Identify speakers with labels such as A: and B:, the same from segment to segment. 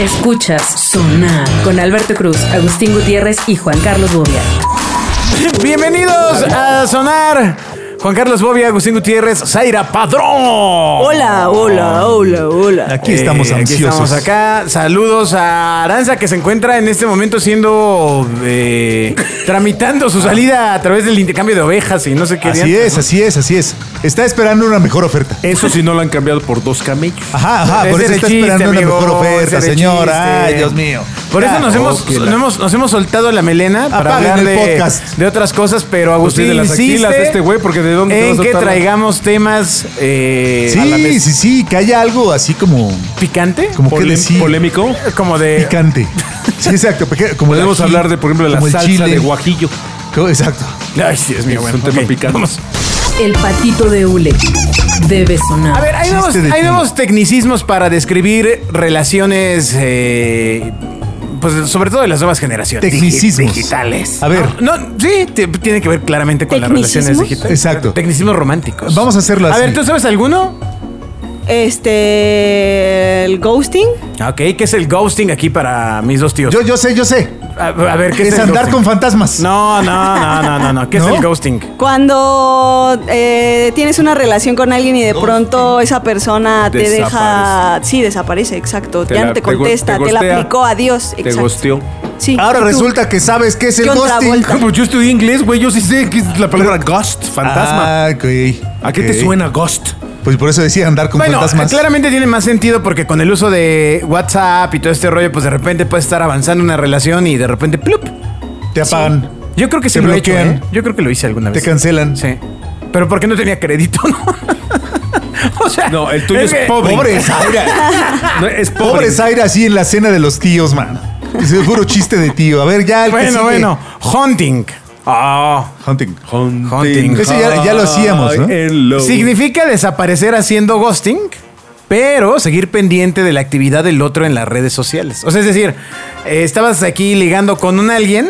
A: Escuchas Sonar con Alberto Cruz, Agustín Gutiérrez y Juan Carlos Bobia.
B: Bienvenidos a Sonar. Juan Carlos Bobia, Agustín Gutiérrez, Zaira Padrón.
C: Hola, hola, hola, hola.
D: Aquí estamos
B: Eh, aquí
D: ansiosos.
B: estamos acá. Saludos a Aranza que se encuentra en este momento siendo eh, tramitando su salida a través del intercambio de ovejas y no sé qué.
D: Así
B: diantres,
D: es, así es, así es. Está esperando una mejor oferta.
E: Eso si no lo han cambiado por dos camellos.
D: Ajá, ajá,
B: Ese
D: por
B: era
D: eso
B: el
D: está
B: chiste,
D: esperando una
B: amigo,
D: mejor
B: ese
D: oferta,
B: era el
D: señora.
B: chiste.
D: Ay, Dios mío.
B: Por eso
D: Ya,
B: nos
E: oh,
B: hemos,
D: ok, la-
B: nos hemos- nos hemos soltado la melena para
D: Apaguen
B: hablar
D: el
B: de,
D: podcast.
B: de otras cosas, pero
E: Pues
B: Agustín
E: de las axilas
B: insiste
E: de este güey, porque de dónde te
B: en
E: vas a
B: que
E: soltar la-
B: traigamos temas eh, a la Eh.
D: Sí,
B: mesa.
D: sí, sí, que haya algo así como,
B: picante,
D: como que
E: Polem-
D: decir
E: Polémico.
B: como de
D: picante. Sí, exacto. porque- Como el
E: Podemos
D: ají,
E: hablar de, por ejemplo, de la
D: como el
E: salsa
D: chile.
E: de guajillo.
D: Co- Exacto.
B: ay, Dios mío,
E: Es
B: bueno,
E: un tema
B: ok,
E: picante.
B: vamos.
A: El patito de hule debe sonar.
B: A ver, hay,
D: Chiste
B: nuevos,
D: de
B: hay
D: tío.
B: nuevos tecnicismos para describir relaciones, eh, pues sobre todo de las nuevas generaciones.
D: Tecnicismos.
B: Digi- Digitales.
D: A ver.
B: No, no, sí, te- tiene que ver claramente con las
C: ¿Tecnicismos?
B: relaciones digitales.
D: Exacto.
B: Tecnicismos románticos.
D: Vamos a hacerlo
B: A
D: así.
B: ver, ¿tú sabes alguno?
C: Este. El ghosting.
B: Ok, ¿qué es el ghosting aquí para mis dos tíos?
D: Yo, yo sé, yo sé.
B: a, a ver, ¿qué es,
D: Es
B: el
D: andar con
B: ghosting?
D: fantasmas.
B: No, no, no, no, no, no. ¿Qué
D: ¿No?
B: es el ghosting?
C: Cuando eh, tienes una relación con alguien y de pronto esa persona te deja. Sí, desaparece, exacto. ya
E: la-
C: no te
E: go-
C: contesta, te, la
E: gostea,
C: aplicó, adiós.
E: Te
C: exacto.
E: gosteó.
C: Sí.
D: Ahora
C: ¿y tú?
D: resulta que sabes qué es el
C: John
D: ghosting.
C: Travolta.
E: Pues yo estudié inglés, güey. Yo sí sé que es la palabra ghost, fantasma.
D: Ah, ok.
E: ¿A qué te
D: ok.
E: suena ghost?
D: Pues por eso decía andar con
B: Bueno,
D: fantasmas.
B: claramente tiene más sentido porque con el uso de WhatsApp y todo este rollo, pues de repente puedes estar avanzando una relación y de repente plup.
D: Te apagan.
B: Yo creo que sí
D: Te
B: lo he hecho,
D: bloquean.
B: ¿eh? Yo creo que lo hice alguna
D: Te
B: vez.
D: cancelan.
B: Sí. Pero porque no tenía crédito, ¿no? o sea,
E: No, el tuyo es,
B: que-
E: pobre.
D: Pobre Zaira.
E: No, es pobre.
D: Pobre Zaira así en la cena de los tíos, man. Seguro chiste de tío. A ver, ya el que
B: Bueno,
D: sigue.
B: bueno, hunting. Ah.
D: Hunting.
E: Hunting
B: Hunting.
D: Ese ya- ya lo hacíamos, ¿no?
E: high and low.
B: Significa desaparecer haciendo ghosting, pero seguir pendiente de la actividad del otro en las redes sociales. O sea, es decir, eh, estabas aquí ligando con un alguien,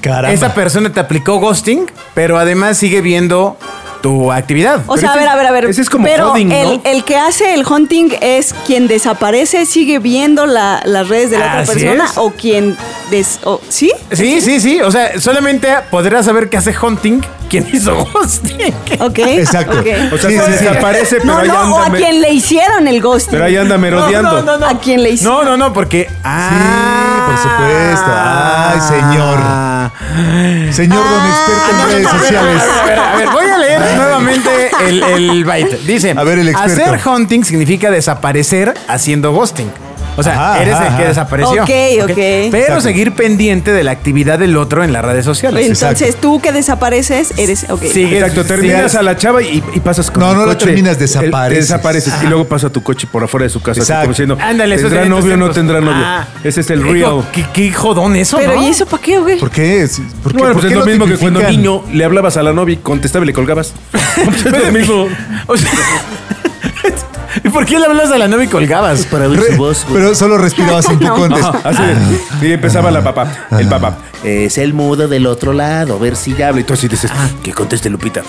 D: Caramba.
B: esa persona te aplicó ghosting, pero además sigue viendo tu actividad.
C: O sea, a ver, a ver, a ver.
E: ese es como
C: pero
E: hunting, ¿no?
C: el, el que hace el hunting es quien desaparece, sigue viendo la- las redes de la
B: Así
C: otra persona
B: es.
C: o quien des, o- ¿Sí?
B: Sí, sí, sí. O sea, solamente podrás saber qué hace hunting quien hizo ghosting.
C: Ok.
D: Exacto.
C: ok.
E: O sea,
D: Sí,
E: se
D: sí, sí.
E: desaparece, pero
C: No,
E: ahí
C: no, o
E: anda.
C: a
E: me-
C: quien le hicieron el ghosting.
E: Pero ahí anda merodeando.
B: No, no, no, no.
C: ¿A quién le hicieron?
B: No, no, no, porque. Ah,
D: por supuesto. Ay,
B: señor.
D: Señor
C: Ah,
D: don experto en redes sociales.
B: A ver, a ver, voy a leer nuevamente el, el byte. Dice:
D: A ver, el experto.
B: Hacer hunting significa desaparecer haciendo ghosting. O sea,
D: Ajá,
B: eres
D: ajá,
B: el que
D: ajá.
B: desapareció.
C: Ok, ok.
B: Pero
D: Exacto.
B: seguir pendiente de la actividad del otro en las redes sociales.
C: Entonces eh,
D: Exacto.
C: tú que desapareces eres. Ok.
B: Sigue-
E: Exacto, terminas
B: sigue-
E: a la chava y, y pasas con
D: No,
E: el
D: no la
E: coche.
D: terminas,
E: El- te
D: desapareces.
E: desapareces y
D: Ajá.
E: luego pasa tu coche por afuera de su casa. así
D: Exacto.
E: como diciendo,
B: Ándale, eso
E: ¿Tendrá
B: tiene
E: novio o no
B: tiempos.
E: tendrá novio?
B: Ah.
E: Ese es el
B: Hijo,
E: real.
B: ¿Qué, qué jodón eso,
C: Pero
B: ¿no?
C: ¿y eso para qué, güey?
D: ¿Por qué? Sí, ¿Por qué?
E: Bueno,
D: ¿Por
E: pues
D: qué
E: es lo mismo que
D: tipifican?
E: cuando niño le hablabas a la novia y contestaba y le colgabas. Pues es lo mismo.
B: O sea, ¿Y por qué le hablas a la novia y colgabas? Para
D: Re- pero solo respirabas un poco antes.
E: Ajá, así de- y empezaba la papá, el papá.
F: Es el mudo del otro lado, a ver si ya habla. Y tú así dices, que conteste Lupita.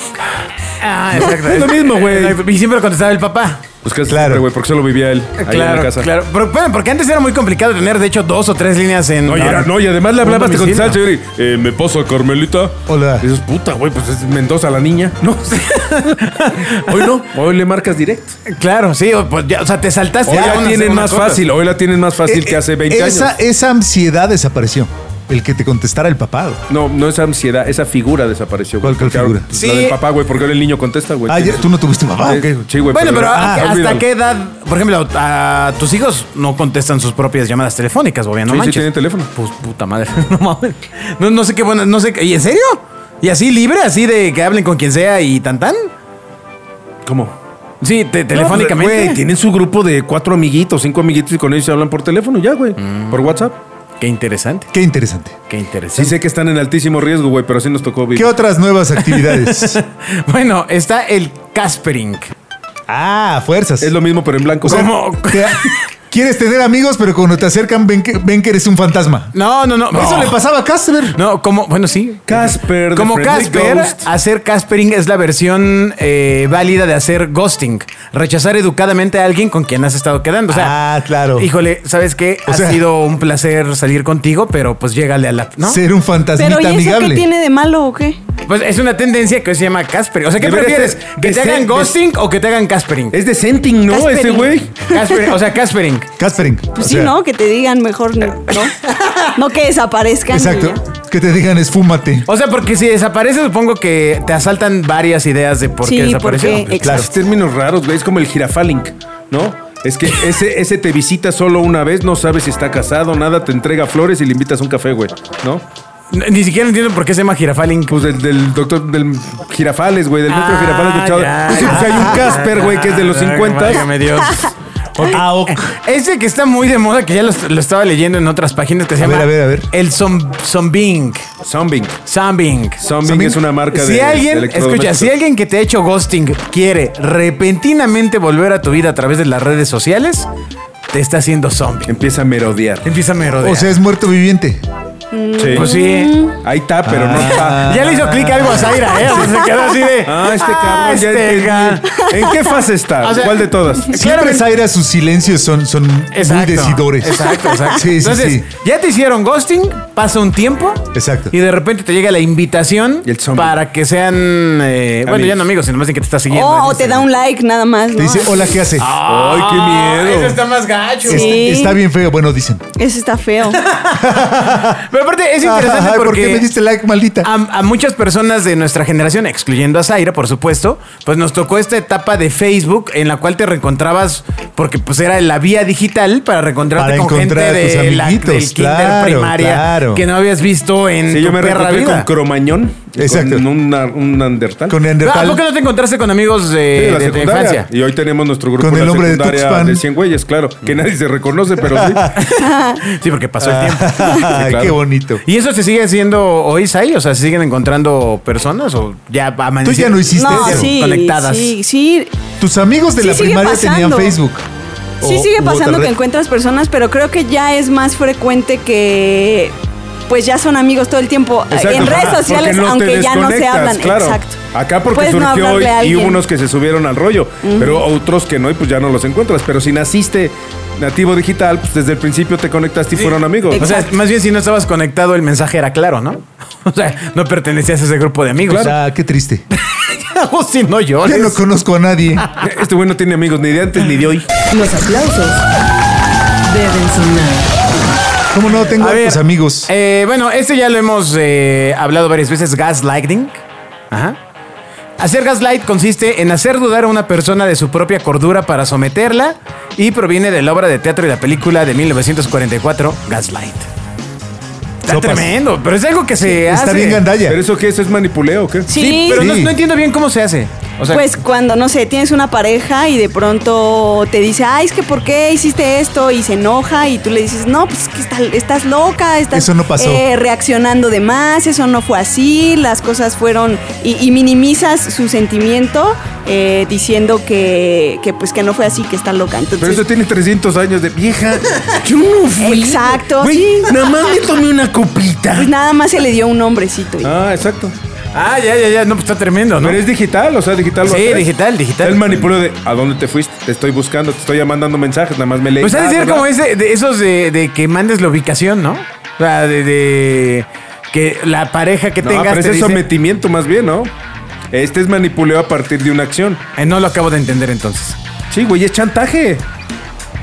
B: Ah, exacto.
E: Es lo mismo, güey.
B: Exacto. Y siempre contestaba el papá.
E: Pues que
D: Claro.
E: claro, güey, porque solo vivía él ahí en la
B: Claro,
E: casa.
B: claro. Pero bueno, porque antes era muy complicado tener, de hecho, dos o tres líneas en.
E: No, y, era- no, y además le hablabas, te
B: domicilio.
E: contestaba el señor y, eh, me paso a Carmelita.
D: Hola.
E: Y dices, puta, güey, pues es Mendoza la niña. No. hoy no, hoy le marcas directo.
B: Claro, sí. O, pues, ya, o sea, te saltaste.
E: Hoy
B: ya
E: la
B: una
E: tienen
B: segunda
E: más
B: cosa.
E: fácil, hoy la tienen más fácil que hace 20
D: esa,
E: años.
D: Esa ansiedad desapareció. El que te contestara el papá. güey.
E: No, no esa ansiedad, esa figura desapareció. güey.
D: ¿Cuál- cuál
E: Porque ahora-
D: figura?
E: La
B: Sí.
E: del papá, güey, porque ahora el niño contesta, güey.
D: Ah, ya, tú no tuviste papá.
E: Eh,
D: ¿o qué, güey?
E: Sí, güey.
B: Bueno, pero
E: Ah,
B: ¿a- ¿hasta
E: olvídalo.
B: qué edad? Por ejemplo, a tus hijos no contestan sus propias llamadas telefónicas, obviamente. No
E: Sí, sí
B: manches.
E: tienen teléfono.
B: Pues puta madre. No mames. No, no sé qué bueno. No sé. qué- ¿Y en serio? ¿Y así libre? ¿Así de que hablen con quien sea y tan tan?
E: ¿Cómo?
B: Sí, te- telefónicamente.
E: No, pues, Güey, tienen su grupo de cuatro amiguitos, cinco amiguitos y con ellos se hablan por teléfono ya, güey.
B: Mm.
E: Por WhatsApp.
B: Qué interesante.
D: Qué interesante.
B: Qué
E: Sí
B: interesante.
E: sé que están en altísimo riesgo, güey, pero así nos tocó
D: ¿Qué
E: vivir.
D: otras nuevas actividades?
B: Bueno, está el Caspering.
D: ah, fuerzas.
E: Es lo mismo, pero en blanco.
D: O sea,
E: ¿Cómo?
D: te, Quieres tener amigos, pero cuando te acercan ven que, ven que eres un fantasma.
B: No, no, no.
D: Eso le pasaba a Casper.
B: No, como, bueno, sí.
E: Casper. de
B: Como
E: Friendly
B: Casper,
E: Ghost.
B: hacer Caspering es la versión eh, válida de hacer ghosting. Rechazar educadamente a alguien con quien has estado quedando. O sea,
D: Ah, claro.
B: Híjole, ¿sabes qué?
D: O
B: ha
D: sea-
B: sido un placer salir contigo, pero pues llégale a la. ¿no?
D: Ser un fantasmita
C: Pero ¿y eso qué
D: amigable.
C: tiene de malo o qué?
B: Pues es una tendencia que hoy se llama Casper. O sea, ¿qué
E: Debería
B: prefieres?
E: ser
B: ¿Que te
E: decente.
B: hagan ghosting o que te hagan Caspering?
E: Es de Senting, ¿no?
C: Casperín.
E: Ese güey.
B: Casper- o sea, Caspering.
D: Caspering.
C: Pues
D: O
C: sí,
D: sea,
C: ¿no? Que te digan mejor, ¿no? No que desaparezcan. y
D: Exacto.
C: ya.
D: Que te digan esfúmate.
B: O sea, porque si desaparece, supongo que te asaltan varias ideas de por
C: Sí,
B: qué
C: ¿por
B: desapareció.
C: qué? Exacto.
E: Claro. términos raros, güey. Es como el jirafalink, ¿no? Es que ese, ese te visita solo una vez, no sabes si está casado, nada, te entrega flores y le invitas un café, güey, ¿no?
B: N- Ni siquiera entiendo por qué se llama Girafalink.
E: Pues del, del doctor, del jirafales, güey, del metro
B: Ah,
E: jirafales de Chavo.
B: ya,
E: Pues sí, pues
B: ya.
E: hay un Casper, güey, que es de los
B: Ah,
E: 50.
B: válgame Dios.
D: Ah, ok.
B: Ese que está muy de moda, que ya lo, lo estaba leyendo en otras páginas, que se
D: A
B: llama
D: ver, a ver, a ver.
B: el zom- Zombing.
E: Zombing.
B: Zombing.
E: Zombing es una marca de.
B: Si alguien,
E: de
B: escucha, si alguien que te ha hecho ghosting quiere repentinamente volver a tu vida a través de las redes sociales, te está haciendo zombie.
E: Empieza a merodear.
B: Empieza a merodear.
D: O sea, es muerto viviente.
E: Sí.
B: pues sí. Ah.
E: Ahí está, pero no está.
B: Ya le hizo clic algo a Zaira, ¿eh? O sea, se quedó así de.
E: Ah, este cabrón.
B: "Ah,
E: ya
B: este
E: entendí".
B: ga-".
E: ¿En qué fase está?
B: O sea,
E: ¿Cuál de todas?
D: Siempre
B: Claramente-
D: Zaira, sus silencios son, son muy
B: Exacto.
D: decidores.
B: Exacto, exacto.
D: Sí, sí,
B: Entonces,
D: sí.
B: ya te hicieron ghosting, pasa un tiempo.
D: Exacto.
B: Y de repente te llega la invitación
E: Y el zombie.
B: para que sean. eh, bueno,
E: Amigos.
B: ya no amigos, sino más bien que te está
C: O
B: siguiendo.
C: Oh,
B: ¿eh?
C: o te da un like nada más, ¿no?
D: Te dice, hola, ¿qué haces?
B: Ah,
E: ¡Ay, qué miedo!
B: Eso está más gacho.
C: Sí.
D: Está- Está bien feo. Bueno, dicen.
C: Eso está feo.
B: Pero aparte, es interesante
D: Ay,
B: porque. Ah,
D: ¿Por qué me diste like, maldita?
B: A, a muchas personas de nuestra generación, excluyendo a Zaira, por supuesto, pues nos tocó esta etapa de Facebook en la cual te reencontrabas, porque pues era la vía digital para reencontrarte
D: Para
B: con gente
D: encontrar a tus
B: de la, del
D: amiguitos,
B: kinder
D: claro,
B: primaria
D: claro.
B: que no habías visto en
E: Sí,
B: tu
E: yo me
B: perra
E: reencontré con
B: vida.
E: Cromañón. y
D: Exacto.
E: Con un, nar- un Neandertal.
B: Pero,
D: Con
B: ¿A
D: Neandertal.
B: poco no te encontraste con amigos
E: Sí, de
B: de,
E: la
B: de tu
E: secundaria.
B: infancia?
E: Y hoy tenemos nuestro grupo
D: Con
E: de
D: el
E: la
D: hombre de
E: secundaria
D: Tuxpan.
E: de 100 güeyes, claro. Que nadie se reconoce, pero sí.
B: Sí, porque pasó el
E: Ah.
B: tiempo.
D: Ay,
E: claro.
D: qué bonito.
B: ¿Y eso se sigue haciendo hoy, Sai? O sea, ¿se siguen encontrando personas o ya amanecieron?
D: Tú ya no hiciste
C: No,
D: eso.
C: sí.
B: Conectadas.
C: Sí, sí.
D: Tus amigos de
C: Sí
D: la
C: sigue
D: primaria
C: pasando.
D: tenían Facebook.
C: Sí
D: O-
C: sigue
D: u
C: pasando
D: otra
C: que
D: red.
C: encuentras personas, pero creo que ya es más frecuente que pues ya son amigos todo el tiempo eh,
E: Exacto.
C: en redes
E: Porque
C: sociales,
E: no te
C: aunque ya no se
E: desconectas,
C: hablan.
E: Claro.
C: Exacto.
E: Acá porque
C: Puedes no
E: surgió
C: hablarle
E: y-
C: a
E: y, hubo
C: alguien.
E: unos que se subieron al rollo, pero otros que no y pues ya no los encuentras. Pero si naciste nativo digital, pues desde el principio te conectaste y fueron amigos.
B: O sea, más bien si no estabas conectado, el mensaje era claro, ¿no? O sea, no pertenecías a ese grupo de amigos.
D: Ah, qué triste.
B: O si no
D: Ya
B: llores.
D: no conozco a nadie.
E: Este güey no tiene amigos ni de antes ni de hoy.
A: Los aplausos deben sonar.
D: ¿Cómo no tengo
B: A
D: a
B: ver,
D: tus amigos?
B: eh, bueno, este ya lo hemos eh, hablado varias veces, gaslighting. Ajá. Hacer gaslight consiste en hacer dudar a una persona de su propia cordura para someterla y proviene de la obra de teatro y la película de 1944, Gaslight. Está
D: Sopas.
B: tremendo, pero es algo que se hace.
D: Está bien gandalla.
E: ¿Pero eso qué? ¿Eso es manipuleo o qué?
C: Sí,
B: Sí, pero no,
D: Sí.
B: no entiendo bien cómo se hace. O sea,
C: pues cuando, no sé, tienes una pareja y de pronto te dice, ay, es que ¿por qué hiciste esto? Y se enoja y tú le dices, no, pues es que está- estás loca, estás
D: Eso no pasó.
C: eh, reaccionando de más, eso no fue así, las cosas fueron... Y, y minimizas su sentimiento eh, diciendo que, que, pues que no fue así, que está loca. Entonces,
E: Pero eso tiene 300 años de vieja. Yo no fui.
C: Exacto,
E: Güey,
C: sí.
E: nada más me tomé una copita.
C: pues nada más se le dio un nombrecito. y-
E: Ah, exacto.
B: ah, ya, ya, ya, no, pues está tremendo, ¿no?
E: Pero es digital, o sea, digital. lo
B: Sí,
E: haces.
B: digital, digital.
E: Él manipuló de a dónde te fuiste, te estoy buscando, te estoy mandando mensajes, nada más me leí.
B: Pues ha de
E: Ah,
B: ser
E: ¿verdad?
B: como ese, de esos de, de que mandes la ubicación, ¿no? O sea, de, de que la pareja que
E: No,
B: tengas
E: pero
B: te
E: ese es
B: dice,
E: sometimiento más bien, ¿no? Este es manipuleo a partir de una acción.
B: Eh, no lo acabo de entender entonces.
E: Sí, güey, es chantaje.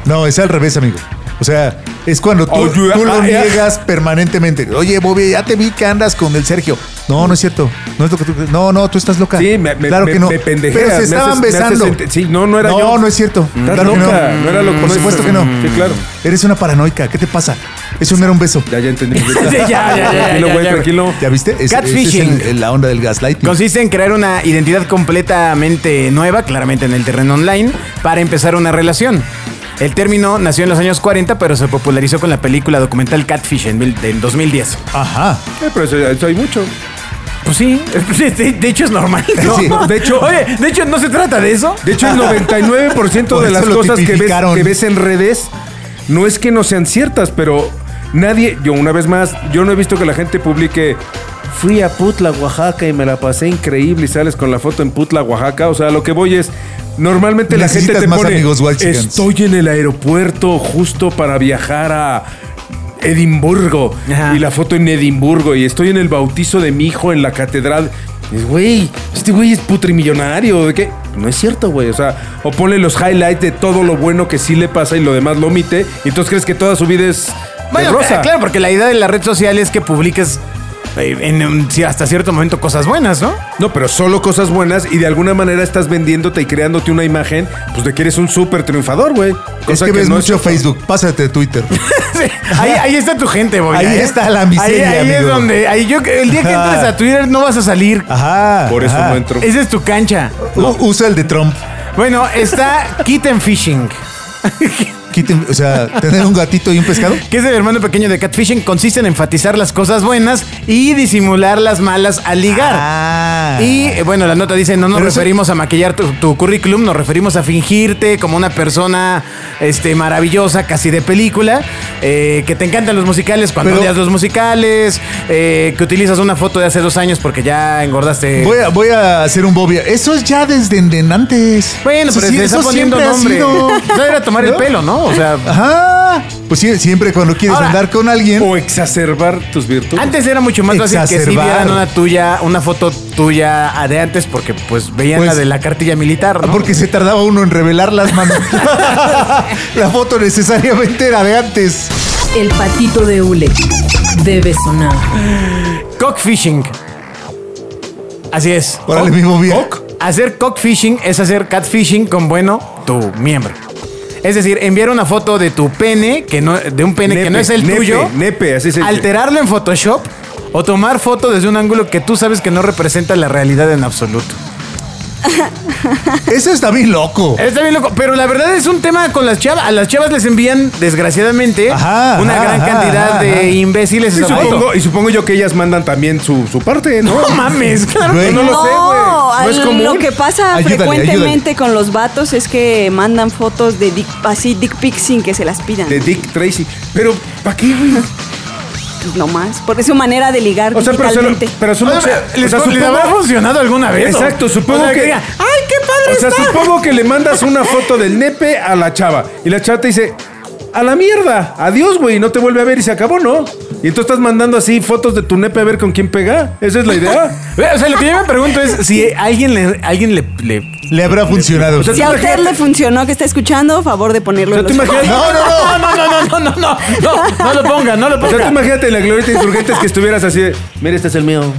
D: No, es al revés, amigo. O sea, es cuando tú,
E: Oye,
D: tú lo
E: ah, ya.
D: niegas permanentemente. Oye, Bobby, ya te vi que andas con el Sergio. No, no es cierto. No es lo que tú crees. No, no, tú estás loca.
E: Sí, me, me,
D: claro
E: me-
D: que no.
E: me pendejeas,
D: Pero se
E: me
D: estaban
E: haces- me haces
D: besando.
E: ente- sí, no, no era
D: no,
E: yo.
D: no es cierto.
E: Estás
D: Claro que
E: loca,
D: no.
E: no era lo que-
D: Por supuesto que no.
E: Sí, claro.
D: Eres una paranoica. ¿Qué te pasa? Eso no era un beso.
E: Ya, ya entendí.
B: Sí, ya, ya, ya,
E: Tranquilo,
B: ya,
E: güey,
B: ya.
E: tranquilo.
D: ¿Ya viste? Es,
B: Catfishing.
D: es el- la onda del gaslighting.
B: Consiste en crear una identidad completamente nueva, claramente en el terreno online, para empezar una relación. El término nació en los años 40, pero se popularizó con la película documental Catfish en mil- del 2010.
D: Ajá.
E: Eh, pero eso, eso hay mucho.
B: Pues sí, de, de hecho es normal. ¿no?
D: Sí.
B: De hecho, oye, de hecho no se trata de eso.
E: De hecho, el 99%
D: Por
E: de
D: eso
E: las
D: lo
E: cosas que ves,
D: tipificaron.
E: que ves en redes no es que no sean ciertas, pero nadie, yo una vez más, yo no he visto que la gente publique. Fui a Putla, Oaxaca y me la pasé increíble y sales con la foto en Putla, Oaxaca. O sea, lo que voy es, normalmente la gente
D: Necesitas
E: te
D: más
E: pone,
D: amigos huachicans.
E: estoy en el aeropuerto justo para viajar a Edimburgo
B: Ajá.
E: y la foto en Edimburgo y estoy en el bautizo de mi hijo en la catedral. Y dices, Güey, este güey es putrimillonario. ¿De qué? No es cierto, güey. O sea, o ponle los highlights de todo lo bueno que sí le pasa y lo demás lo omite. Y entonces crees que toda su vida es de
B: Bueno,
E: rosa.
B: claro, porque la idea de la red social es que publiques eh, en un- sí, hasta cierto momento cosas buenas, ¿no?
E: No, pero solo cosas buenas y de alguna manera estás vendiéndote y creándote una imagen, pues de que eres un súper triunfador, güey.
D: Es
E: Cosa
D: que ves
E: no
D: mucho
E: cierto.
D: Facebook. Pásate de Twitter.
B: Sí, ahí, ahí está tu gente, boy.
D: Ahí está la miseria,
B: Ahí, ahí es
D: amigo.
B: donde. Ahí yo, el día que
D: Ajá.
B: entres a Twitter no vas a salir.
D: Ajá.
E: Por eso
D: ajá.
E: no entro.
B: Esa es tu cancha.
D: U- Usa el de Trump.
B: Bueno, está Kitten Fishing.
D: Quiten- o sea, tener un gatito y un pescado.
B: que es el hermano pequeño de catfishing, consiste en enfatizar las cosas buenas y disimular las malas al ligar.
D: Ah.
B: Y eh, bueno, la nota dice, no nos
D: Pero eso-
B: referimos a maquillar tu, tu currículum, nos referimos a fingirte como una persona este, maravillosa, casi de película, eh, que te encantan los musicales cuando
D: Pero-
B: odias los musicales, eh, que utilizas una foto de hace dos años porque ya engordaste.
D: Voy a, voy a hacer un bobia. Eso es ya desde en antes.
B: bueno,
D: Eso
B: pero
D: sí-
B: te está
D: eso
B: poniendo
D: siempre ha
B: nombre.
D: sido.
B: Eso era tomar el
D: ¿No?
B: pelo, ¿no? O sea,
D: Ajá. Pues sí, siempre cuando quieres
B: Ahora,
D: andar con alguien.
E: O exacerbar tus virtudes.
B: Antes era mucho más fácil que si
D: Exacerbar.
B: vieran una tuya, una foto tuya de antes, porque pues veían
D: Pues-
B: la de la cartilla militar, ¿no?
D: ah, Porque se tardaba uno en revelar las manos. La foto necesariamente era de antes.
A: El patito de hule debe sonar.
B: Cockfishing. Así es.
D: Órale, mi bobia.
B: Hacer cockfishing es hacer catfishing con bueno tu miembro. Es decir, enviar una foto de tu pene, que no, de un pene que
E: Nepe,
B: no es el
E: nepe,
B: tuyo.
E: nepe, así se dice.
B: Alterarlo en Photoshop o tomar foto desde un ángulo que tú sabes que no representa la realidad en absoluto.
D: Eso está bien loco.
B: Está bien loco, pero la verdad es un tema con las chavas. A las chavas les envían, desgraciadamente,
D: Ajá,
B: una
D: ajá,
B: gran
D: ajá,
B: cantidad
D: ajá,
B: de
D: ajá.
B: imbéciles.
E: Y
B: esa foto.
E: supongo, y supongo yo que ellas mandan también su, su parte, ¿no?
B: No mames, claro
D: Güey.
B: que no.
E: No lo sé, güey.
C: No,
E: No es
C: al-
E: común.
C: lo que pasa
D: Ayúdale,
C: frecuentemente con los vatos es que mandan fotos de dick, así dick pics sin que se las pidan.
E: De Dick Tracy. Pero, ¿para qué, güey?
C: Pues no más, porque es su manera de ligar
E: O sea, pero solo.
C: digitalmente.
E: Pero solo
B: O sea, ¿Les, ¿les habrá funcionado alguna vez? Pues
E: Exacto, supongo
B: O sea,
E: que-
B: diga, ¡Ay, qué padre
E: O sea,
B: está!
E: supongo que le mandas una foto del nepe a la chava. Y la chava te dice. A la mierda, adiós, güey, no te vuelve a ver y se acabó, ¿no? Y entonces estás mandando así fotos de tu nepe a ver con quién pega. Esa es la idea.
B: O sea, lo que yo me pregunto es si alguien le... Alguien le, le-
D: Le habrá funcionado.
E: sea,
C: si a usted
E: imagínate-
C: le funcionó que está escuchando, favor de ponerlo
E: O sea,
C: en
E: tú
C: los
E: imagínate-
D: No, no, no.
B: No, no, no, no, no, no, no, no lo ponga, no lo
E: O sea, tú
B: ponga.
E: imagínate la glorieta de insurgentes que estuvieras así de,
F: Mira, este es el mío.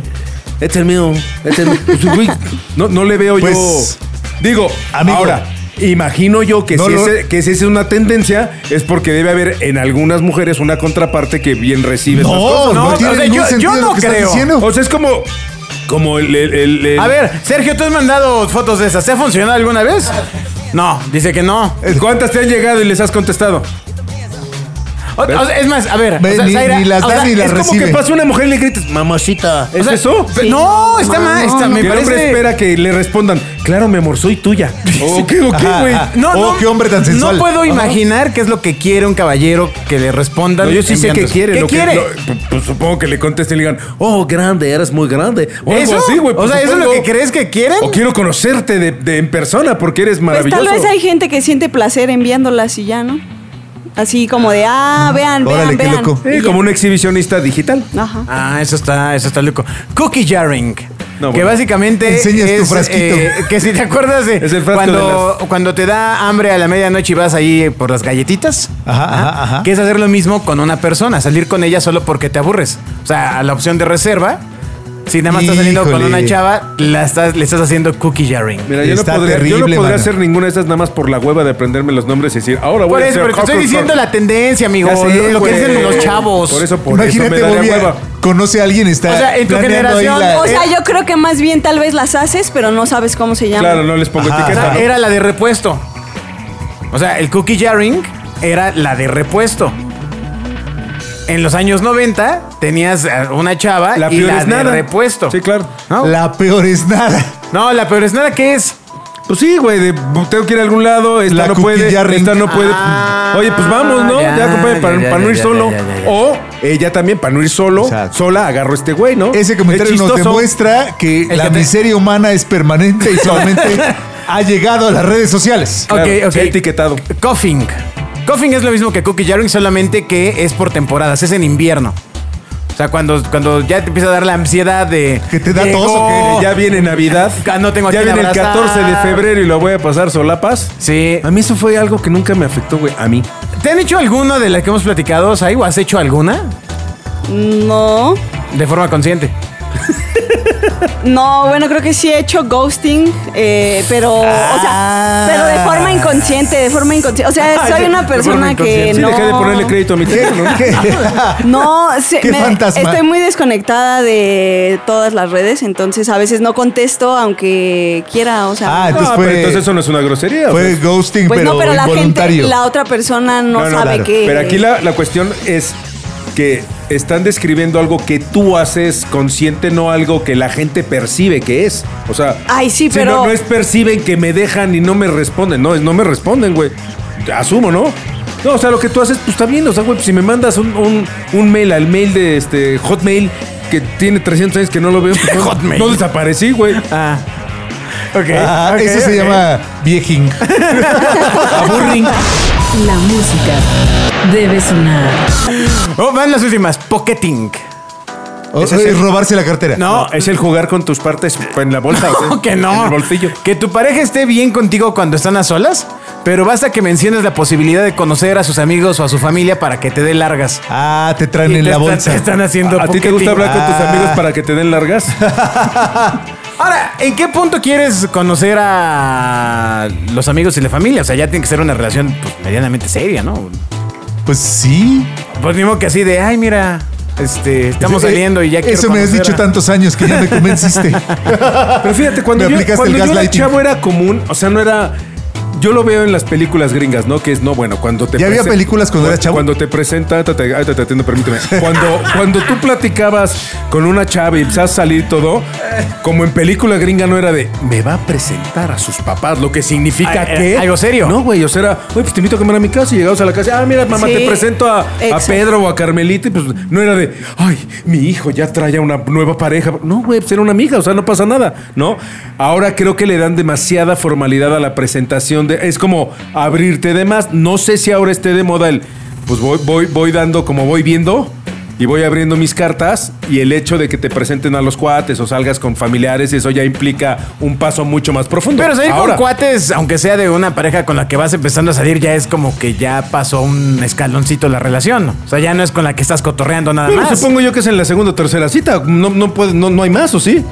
F: Este es el mío. Este es el mío.
E: Pues, güey, no, no le veo
D: Pues,
E: yo. Digo,
D: amigo.
E: ahora, imagino yo que,
D: No
E: si
D: lo-
E: ese- que si esa es una tendencia, es porque debe haber en algunas mujeres una contraparte que bien recibe estas cosas.
D: No,
B: No,
D: no
B: o
D: tiene
B: sea,
D: ningún
B: yo- yo
D: sentido
B: no
D: lo que estás
B: creo.
D: diciendo.
E: O sea, es como. Como el. el- el- el-
B: A ver, Sergio, ¿tú has mandado fotos de esas? ¿Te ha funcionado alguna vez? No, dice que no.
E: ¿Cuántas te han llegado y les has contestado?
B: O- o sea, es más, a ver,
D: Ve,
B: o sea,
D: ni-
B: Zaira,
D: ni las
B: o
D: da
B: sea,
D: ni las
B: es como-
E: Como que
D: Recibe.
E: pasa una mujer y le gritas.
F: Mamacita.
E: ¿Es eso?
B: Pe- No, está
C: No,
B: mal, está,
C: no,
B: me
E: Que el
B: parece. Oh,
E: hombre espera que le respondan. Claro, mi amor, soy tuya. ¿O qué, o qué,
D: Ajá,
E: güey?
D: ajá.
B: No,
D: Oh,
B: no,
D: qué hombre tan sensual.
B: No puedo
D: Ajá.
B: imaginar qué es lo que quiere un caballero que le respondan.
E: No, yo sí sé
B: enviando
E: que
B: eso.
E: quiere.
B: ¿Qué
E: lo que-
B: quiere?
E: lo- pues, pues, supongo que le contesten y le digan,
F: Oh, grande, eres muy grande.
E: O algo
B: ¿Eso?
E: así, güey,
B: o
E: por
B: sea, ¿eso es lo que
E: supuesto.
B: crees que quieren?
E: O quiero conocerte de, de- en persona porque eres
C: Pues
E: maravilloso.
C: tal vez hay gente que siente placer enviándolas y ya, ¿no? Así como de, ah, vean,
D: Órale,
C: vean,
D: qué
C: vean.
D: loco.
C: Y
E: Eh,
C: ya.
E: como un exhibicionista digital.
C: Ajá.
B: Ah, eso está, eso está loco. Cookie jarring.
E: No,
B: que
E: bueno.
B: básicamente
D: Enseñas tu
B: es, eh,
D: frasquito.
B: que si te acuerdas de,
E: Es el frasco
B: cuando, cuando te da hambre a la medianoche y vas ahí por las galletitas,
D: Ajá, ajá, ajá.
B: que es hacer lo mismo con una persona, salir con ella solo porque te aburres. O sea, a la opción de reserva, si nada más estás saliendo con
D: Híjole.
B: una chava, la estás, le estás haciendo cookie jarring.
E: Mira, yo no,
D: Está
E: podría, yo no
D: terrible,
E: podría
D: mano.
E: hacer ninguna de esas nada más por la hueva de aprenderme los nombres y decir, ahora voy
B: Por
E: a
B: eso,
E: hacer
B: pero te estoy
E: Hufflepuff.
B: diciendo la tendencia, amigo.
E: Ya sé,
B: lo que
E: güey.
B: dicen los chavos.
E: Por eso, por
D: Imagínate,
E: eso me daría
D: Bobia,
E: hueva.
D: conoce a alguien, está.
B: O sea, en tu
D: planeando ahí
B: generación,
D: la-
C: O sea,
B: Eh.
C: yo creo que más bien tal vez las haces, pero no sabes cómo se llaman.
E: Claro, no les pongo
D: Ajá.
B: O sea,
E: etiqueta. ¿no?
B: era la de repuesto. O sea, el cookie jarring era la de repuesto. En los años 90 tenías eh, una chava
E: La
B: y
E: peor
B: la
E: es
B: de
E: nada.
B: repuesto.
D: Ah,
E: Sí, claro.
B: ¿No?
D: La peor es nada.
B: No, la peor es nada que es
E: Pues sí, güey, de, tengo que ir a algún lado, esta
D: La
E: no puede,
D: cuquilla ring.
E: esta no puede. Oye, pues vamos, ¿no?
B: Ah. ya,
E: Ya, compadre,
B: ya,
E: para,
B: ya,
E: para no
B: ya,
E: ir
B: ya,
E: solo.
B: ya, ya, ya, ya.
E: O ella también, para no ir solo,
D: Exacto.
E: sola agarro a este güey, ¿no?
D: Ese comentario
E: Es
D: nos
E: chistoso.
D: demuestra que
B: que
D: la
B: te-
D: miseria humana es permanente y solamente ha llegado a las redes sociales.
E: Claro,
B: Ok, ok.
E: sí, etiquetado.
B: Coughing. Coughing es lo mismo que Cookie Jarring, solamente que es por temporadas, es en invierno. O sea, cuando, cuando ya te empieza a dar la ansiedad de.
D: ¿Que te da tos o
B: llegó,
E: Ya viene Navidad.
B: Ah, no tengo a
E: Ya
B: quién
E: viene el
B: abrazar.
E: 14 de febrero y lo voy a pasar solapas.
B: Sí.
E: A mí eso fue algo que nunca me afectó, güey. A mí.
B: ¿Te han hecho alguna de las que hemos platicado, Sai? ¿O has hecho alguna?
C: No.
B: De forma consciente.
C: No, bueno, creo que sí he hecho ghosting, eh, pero, o sea,
E: Ah.
C: pero de forma inconsciente, de forma inconsciente. O sea, soy una persona que
E: Sí,
C: no.
E: dejé de ponerle crédito a mi
D: ¿Qué?
E: teléfono. Ah,
D: ¿Qué?
C: No, se-
D: Qué
C: me-
D: fantasma.
C: estoy muy desconectada de todas las redes, entonces a veces no contesto aunque quiera, o sea.
D: Ah,
E: No,
D: Entonces fue-
E: pero entonces eso no es una grosería. o
D: Fue
E: sea.
D: ghosting,
C: pues
D: pero,
C: no, pero la
D: involuntario.
C: gente, la otra persona no,
E: No, no,
C: sabe
D: claro.
C: que.
E: Pero aquí la, la cuestión es que están describiendo algo que tú haces consciente, no algo que la gente percibe que es. O sea,
C: Ay, sí, pero-
E: no, no es perciben que me dejan y no me responden. No, es no me responden, güey. Asumo, ¿no? No, o sea, lo que tú haces, pues está bien. O sea, güey, pues, si me mandas un, un- un mail al mail de este Hotmail que tiene 300 años que no lo veo. pues, no-
B: Hotmail.
E: No desaparecí, güey.
B: Ah. Ok.
D: Ah, eso se llama viejing.
B: Burring.
A: La música debe sonar.
B: Oh, van las últimas. Pocketing.
D: O-
B: Ese es
D: es robarse la cartera.
B: No,
E: Es el jugar con tus partes en la bolsa. güey.
B: No, que
E: En
B: no.
E: el bolsillo.
B: Que tu pareja esté bien contigo cuando están a solas, pero basta que menciones la posibilidad de conocer a sus amigos o a su familia para que te dé largas.
D: Ah, te traen
B: Y
D: en
B: te
D: la
B: están-
D: bolsa.
B: te están haciendo
E: ¿A ti te
B: pocketing.
E: gusta hablar con tus
D: Ah.
E: amigos para que te den largas?
B: Ahora, ¿en qué punto quieres conocer a los amigos y la familia? O sea, ya tiene que ser una relación pues, medianamente seria, ¿no?
D: Pues sí.
B: Pues mismo que así de, ay, mira, este, estamos
D: Eh,
B: saliendo y ya quiero
D: Eso me has
B: conocer
D: dicho
B: a-".
D: tantos años que ya me convenciste.
E: Pero fíjate, cuando,
D: Me
E: yo,
D: aplicaste
E: cuando
D: el
E: yo era
D: gaslighting.
E: chavo era común, o sea, no era... Yo lo veo en las películas gringas, ¿no? Que es, no, bueno, cuando te...
D: ¿Ya había
E: presen-
D: películas cuando
E: cu-
D: eras chavo?
E: Cuando te presenta... ahorita te- ahorita te atiendo, permíteme. Cuando, cuando tú platicabas con una chava y empezás a salir todo, como en película gringa no era de, me va a presentar a sus papás, lo que significa
B: Ah, era
E: que...
B: algo serio.
E: No, güey, o sea, era, oye, pues te invito a comer a mi casa y llegabas a la casa, ah, mira, mamá,
C: Sí,
E: te presento a, a
C: exacto.
E: Pedro o a Carmelita y pues no era de, ay, mi hijo ya trae a una nueva pareja. No, güey, pues era una amiga, o sea, no pasa nada, ¿no? Ahora creo que le dan demasiada formalidad a la presentación de, es como abrirte de más. No sé si ahora esté de moda el, pues voy, voy, voy dando como voy viendo. Y voy abriendo mis cartas y el hecho de que te presenten a los cuates o salgas con familiares, eso ya implica un paso mucho más profundo.
B: Pero salir
E: Ahora,
B: con cuates, aunque sea de una pareja con la que vas empezando a salir, ya es como que ya pasó un escaloncito la relación. ¿no? O sea, ya no es con la que estás cotorreando nada
E: Pero
B: más.
E: supongo yo que es en la segunda o tercera cita. No, no, puede, no, no hay más, ¿o sí?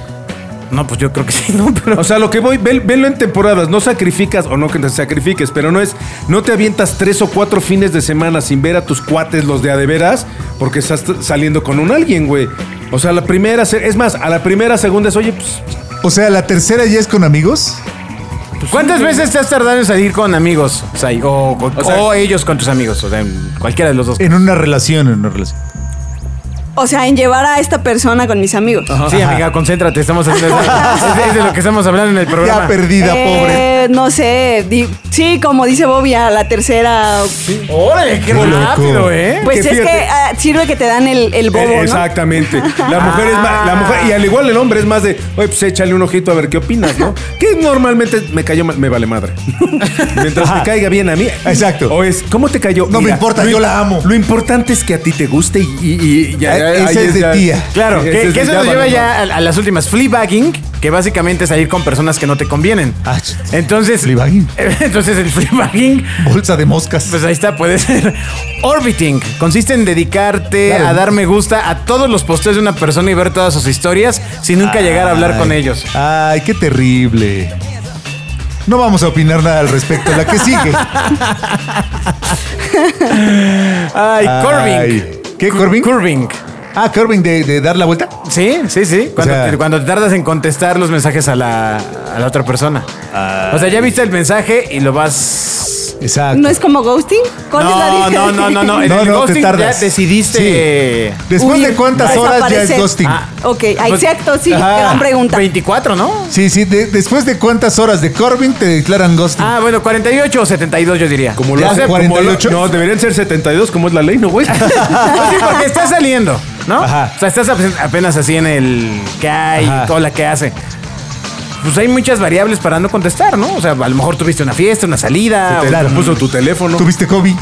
B: No, pues yo creo que sí, ¿no? Pero...
E: O sea, lo que voy, ven- venlo en temporadas, no sacrificas o no que te sacrifiques, pero no es, no te avientas tres o cuatro fines de semana sin ver a tus cuates los de a de veras, porque estás t- saliendo con un alguien, güey. O sea, la primera, se- es más, a la primera, segunda es, oye, pues,
D: O sea, la tercera ya es con amigos.
E: pues,
B: ¿Cuántas veces te has tardado en salir con amigos? O, sea, o, o-
E: O sea-
B: o ellos con tus amigos. O sea, en cualquiera de los dos.
D: En una relación, en una relación.
C: O sea, en llevar a esta persona con mis amigos.
B: Sí, amiga, concéntrate, estamos haciendo. es, es de lo que estamos hablando en el programa.
D: Ya perdida, pobre.
C: Eh, No sé, di- sí, como dice Bobby, a la tercera.
B: ¡Órale, qué
D: Qué loco.
B: rápido, eh!
C: Pues
E: que
C: es que
E: fíjate.
C: ah, sirve que te dan el, el bobo.
E: eh,
C: ¿no?
E: exactamente. La mujer es más, la mujer, y al igual el hombre es más de, oye, pues échale un ojito a ver qué opinas, ¿no? Que normalmente me cayó mal, me vale madre. Mientras me caiga bien a mí.
D: Exacto.
E: O es, ¿cómo te cayó?
D: No me importa,
E: lo-
D: yo la amo.
E: Lo importante es que a ti te guste y, y- y ya,
D: Ah, esa
E: ahí
D: es de
E: ya-
D: tía.
B: Claro,
E: Ese
B: que,
E: es
B: que
E: de
B: eso nos lleva
E: vale
B: ya a, a las últimas. Fleabagging, que básicamente es salir con personas que no te convienen.
D: Ah, ch-
B: Entonces.
D: fleabagging.
B: Entonces, el fleabagging,
D: Bolsa de moscas.
B: pues ahí está, puede ser. Orbiting, consiste en dedicarte
D: Claro.
B: a dar me gusta a todos los posteos de una persona y ver todas sus historias sin nunca llegar a hablar con
D: Ay,
B: ellos.
D: Ay, qué terrible. No vamos a opinar nada al respecto. La que sigue.
B: Ay,
D: Ay.
B: curving.
D: ¿Qué, curving?
B: Curving.
D: Ah, Corbin, de, de dar la vuelta.
B: Sí, sí, sí. Cuando,
D: sea-
B: te, cuando te tardas en contestar los mensajes a la, a la otra persona. O sea, ya viste el mensaje y lo vas
D: Exacto.
C: ¿No es como ghosting? ¿Cuál es la
B: No,
C: diferencia?
B: no, no, no, no. eh, En
D: No,
B: el
D: no, te
B: ghosting ya
D: tardas.
B: decidiste.
D: Después
C: Huir,
D: de cuántas horas ya es
C: desaparecer.
D: ghosting.
B: Ah.
C: Ok, ah,
B: Pues-
C: exacto, sí,
B: Ajá.
C: gran pregunta.
B: 24, ¿no?
D: Sí, sí, de- después de cuántas horas de Corbin te declaran ghosting.
B: Ah, bueno, 48 o 72 yo diría.
E: Como lo
D: ¿Ya
E: hace,
D: hace
E: como lo-
D: 48?
E: no, deberían ser 72, como es la ley, ¿no, güey?
B: Pues sí, porque estás saliendo, ¿no?
D: Ajá.
B: O sea, estás ap- apenas así en el que hay
D: Ajá.
B: y toda la que hace. Pues hay muchas variables para no contestar, ¿no? O sea, a lo mejor tuviste una fiesta, una salida.
E: Te
B: o-
D: Claro.
E: puso tu teléfono.
D: Tuviste COVID.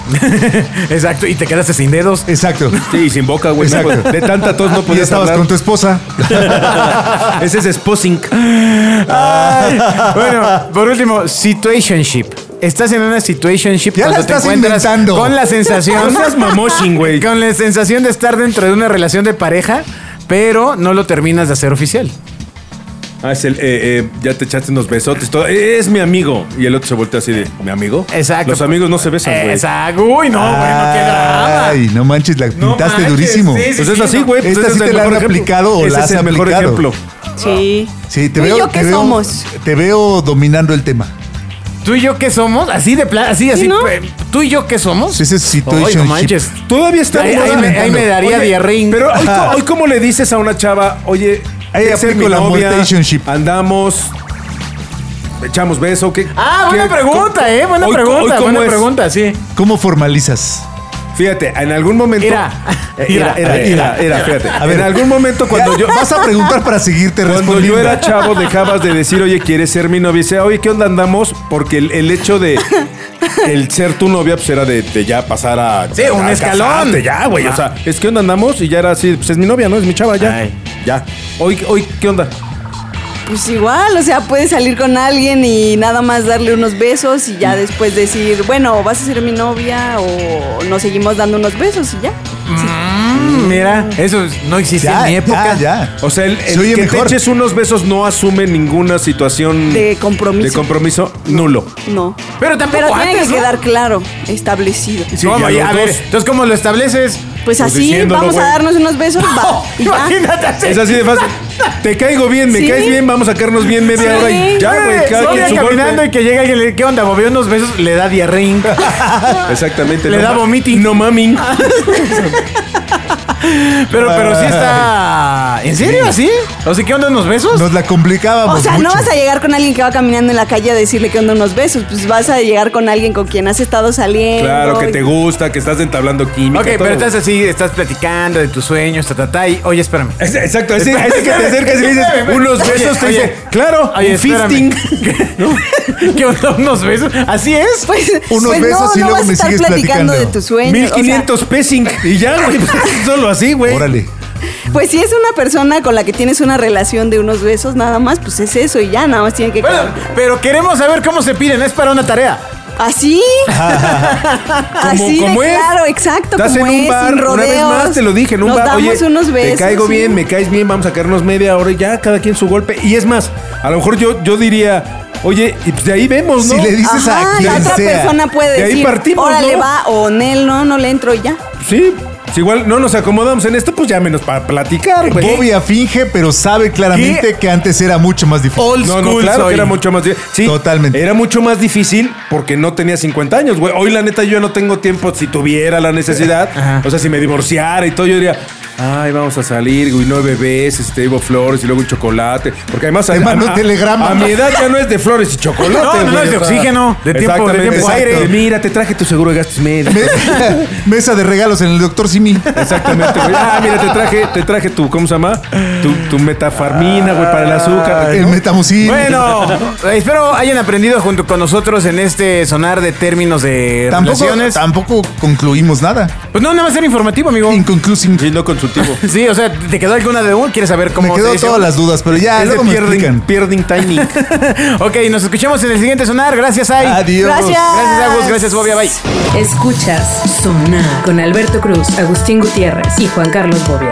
B: Exacto, y te quedaste sin dedos.
D: Exacto.
E: Sí, y sin boca, güey.
D: Exacto.
E: Pues No, de tanta tos no
D: y
E: podías
D: estabas
E: hablar.
D: con tu esposa.
E: Ese es Sposing.
B: Ay. Bueno, por último, situationship. Estás en una situationship
D: Ya la
B: cuando te
D: estás
B: encuentras
D: inventando.
B: con la sensación.
E: No seas mamoshin, güey.
B: Con la sensación de estar dentro de una relación de pareja, pero no lo terminas de hacer oficial.
E: Ah, es el, eh, eh, ya te echaste unos besotes, todo. "Eh, Es mi amigo. Y el otro se voltea así de, ¿mi amigo?
B: Exacto.
E: Los amigos no se besan, güey.
B: Exacto. Uy,
E: Ah,
B: no, bueno, qué drama.
D: Ay, no manches, la
B: Ah. No
D: pintaste
B: manches,
D: durísimo.
B: sí, sí.
E: Pues es así, güey. Pues
D: Esta
E: ese
D: sí
E: es
D: te
E: el
D: la
E: mejor
D: han
E: ejemplo.
D: aplicado o
E: Ese
D: la
E: es
D: has
E: el mejor
D: aplicado.
E: ejemplo.
C: Sí.
D: Sí, te
C: ¿Tú y
D: veo,
C: yo qué
D: te veo-
C: somos?
D: te veo dominando el tema.
B: ¿Tú y yo qué somos? Así de plan, así, así.
C: no?
B: eh, ¿Tú y yo qué somos?
D: Ese es
B: Ay,
D: situationship.
B: no manches.
E: Todavía está
B: Ahí-
E: de moda.
B: ahí me- ahí me daría
E: Oye,
B: diarrín.
E: Pero hoy, co- hoy ¿cómo le dices a una chava, oye,
D: Ahí
E: ¿quieres ser
D: aplico
E: mi
D: la
E: novia?
D: mortationship.
E: andamos, echamos beso? ¿qué,
B: Ah, buena
E: qué-
B: pregunta, eh. Buena
E: Hoy co- hoy
B: pregunta,
E: cómo
B: buena
E: es?
B: pregunta, sí.
D: ¿Cómo formalizas?
E: Fíjate, en algún momento.
B: Era.
E: Eh, Era, era, era, era, fíjate.
D: A ver.
E: en algún momento cuando
D: Ya,
E: yo.
D: Vas a preguntar para seguirte
E: Cuando
D: respondiendo.
E: yo era chavo dejabas de decir, oye, ¿quieres ser mi novia? Y decía, oye, ¿qué onda andamos? Porque el, el hecho de el ser tu novia, pues era de, de ya pasar a...
B: Sí, un
E: a
B: escalón.
E: casarte Ya, güey. O sea, es ¿qué onda andamos? Y ya era así, pues es mi novia, ¿no? Es mi chava, ya.
B: Ay.
E: Ya. Hoy, hoy, ¿qué onda?
C: Pues igual, o sea, puedes salir con alguien y nada más darle unos besos y ya después decir, bueno, vas a ser mi novia o nos seguimos dando unos besos y ya.
B: Mm, Mira, eso no existía
D: Ya,
B: en mi época.
D: ya, ya.
E: O sea, el, el
D: Se oye
E: que
D: mejor.
E: te eches unos besos no asume ninguna situación...
C: De compromiso.
E: De compromiso nulo.
C: No.
B: Pero tampoco
C: Pero tiene
B: antes,
C: que
B: ¿no?
C: quedar claro, establecido.
E: Sí,
B: ¿Cómo?
E: ya
B: Ya, a
E: los dos.
B: ver, entonces, ¿cómo lo estableces?
C: Pues así,
E: diciéndolo,
C: vamos
E: güey.
C: a darnos unos besos, va. y ya.
B: Imagínate así.
E: Es así de fácil. Te caigo bien, me
C: Sí.
E: caes bien, vamos a sacarnos bien media
C: Sí.
E: hora y ya, güey. cada
B: Sonia
E: quien su golpe.
B: caminando y que llega alguien y le dice, ¿qué onda? Movió unos besos, le da diarrín.
E: Exactamente.
B: Le
E: no
B: da
E: ma-
B: vomiting.
E: No mamin.
B: Pero, pero sí está... ¿En serio? ¿Sí? O sea, ¿qué onda unos besos?
D: Nos la complicábamos
C: O sea, no
D: mucho.
C: vas a llegar con alguien que va caminando en la calle a decirle que onda unos besos, pues vas a llegar con alguien con quien has estado saliendo.
E: Claro, que
C: y-
E: te gusta, que estás entablando química.
B: ok,
E: todo.
B: pero estás así, estás platicando de tus sueños, ta, ta, ta, y oye, espérame.
E: Es- Exacto, ese, ese que te
B: Espérame,
E: acercas y le dices
B: espérame, espérame.
E: unos
B: Oye,
E: besos, te
B: oye,
E: dice, claro,
B: oye,
E: un fisting.
B: espérame. ¿Qué onda unos besos? ¿Así es?
C: Pues,
D: Unos
C: pues
D: besos
C: no,
D: y
C: no
D: luego
C: vas
D: me
C: a estar
D: sigues platicando.
C: platicando de tus sueños. o sea,
E: 1500 pessing. Y ya, güey, pues, solo así, güey.
D: Órale.
C: Pues si es una persona con la que tienes una relación de unos besos nada más, pues es eso y ya nada más tiene que
B: Bueno,
C: quedar.
B: pero queremos saber cómo se piden, es para una tarea.
C: Así. así
E: como
C: de
E: es.
C: claro, exacto,
E: Estás
C: como
E: en un
C: es,
E: bar,
C: sin rodeos.
E: una vez más te lo dije, en un
C: Nos
E: bar,
C: damos
E: oye,
C: unos besos.
E: te caigo
C: sí.
E: bien, me caes bien, vamos a sacarnos media hora y ya, cada quien su golpe. Y es más, a lo mejor yo, yo diría, oye, y pues de ahí vemos, ¿no?
D: Si le dices
E: "Ah,
C: Ajá,
D: a
C: la
D: quien
C: otra
D: sea.
C: persona puede
E: De ahí
C: decir,
E: partimos,
C: órale
E: ¿no?
C: va, o Nel, no, no le entro y ya.
E: Sí, si igual no nos acomodamos en esto, pues ya menos para platicar, güey.
D: Bobia finge, pero sabe claramente que antes era mucho más difícil.
B: Old
E: No, no,
B: school
E: claro
B: soy.
E: que era mucho más difícil. Sí,
D: Totalmente.
E: Era mucho más difícil porque no tenía 50 años, güey. Hoy, la neta, yo no tengo tiempo. Si tuviera la necesidad,
B: Ajá.
E: o sea, si me divorciara y todo, yo diría, ay, vamos a salir, güey, nueve bebés, este, Evo Flores y luego un chocolate. Porque además...
D: Te
E: a-
D: mando
E: a-
D: un telegrama.
E: A mi edad ya no es de flores y chocolate,
B: No, no, no,
E: güey,
B: es de
E: o sea,
B: oxígeno, de tiempo- de
E: exactamente,
B: tiempo
E: exacto.
B: aire.
E: Mira, te traje tu seguro de gastos médicos.
D: Me- mesa de regalos en el doctor Simi.
E: Exactamente, güey. Ah, mira, te traje, te traje tu, ¿cómo se llama? Tu, tu metafarmina, güey, para el azúcar.
D: Ah, El metamucil.
B: Bueno, espero hayan aprendido junto con nosotros en este sonar de términos de
D: tampoco,
B: relaciones.
D: tampoco concluimos nada.
B: Pues no, nada más ser informativo, amigo.
D: Inconclusivo.
E: Sí, no consultivo.
B: Sí, o sea, ¿te quedó alguna de uno? ¿Quieres saber cómo
D: Me
B: se
D: quedó
B: dice?
D: todas las dudas, pero ya
E: Es de
D: luego me
E: pierden,
D: explican.
E: pierden Tiny.
B: Ok, nos escuchamos en el siguiente sonar. Gracias, Ay.
D: Adiós.
C: Gracias.
B: Gracias, Agus. Gracias, Bobia. Bye.
A: Escuchas Sonar con Alberto Cruz, Agustín Gutiérrez y Juan Carlos Bobia.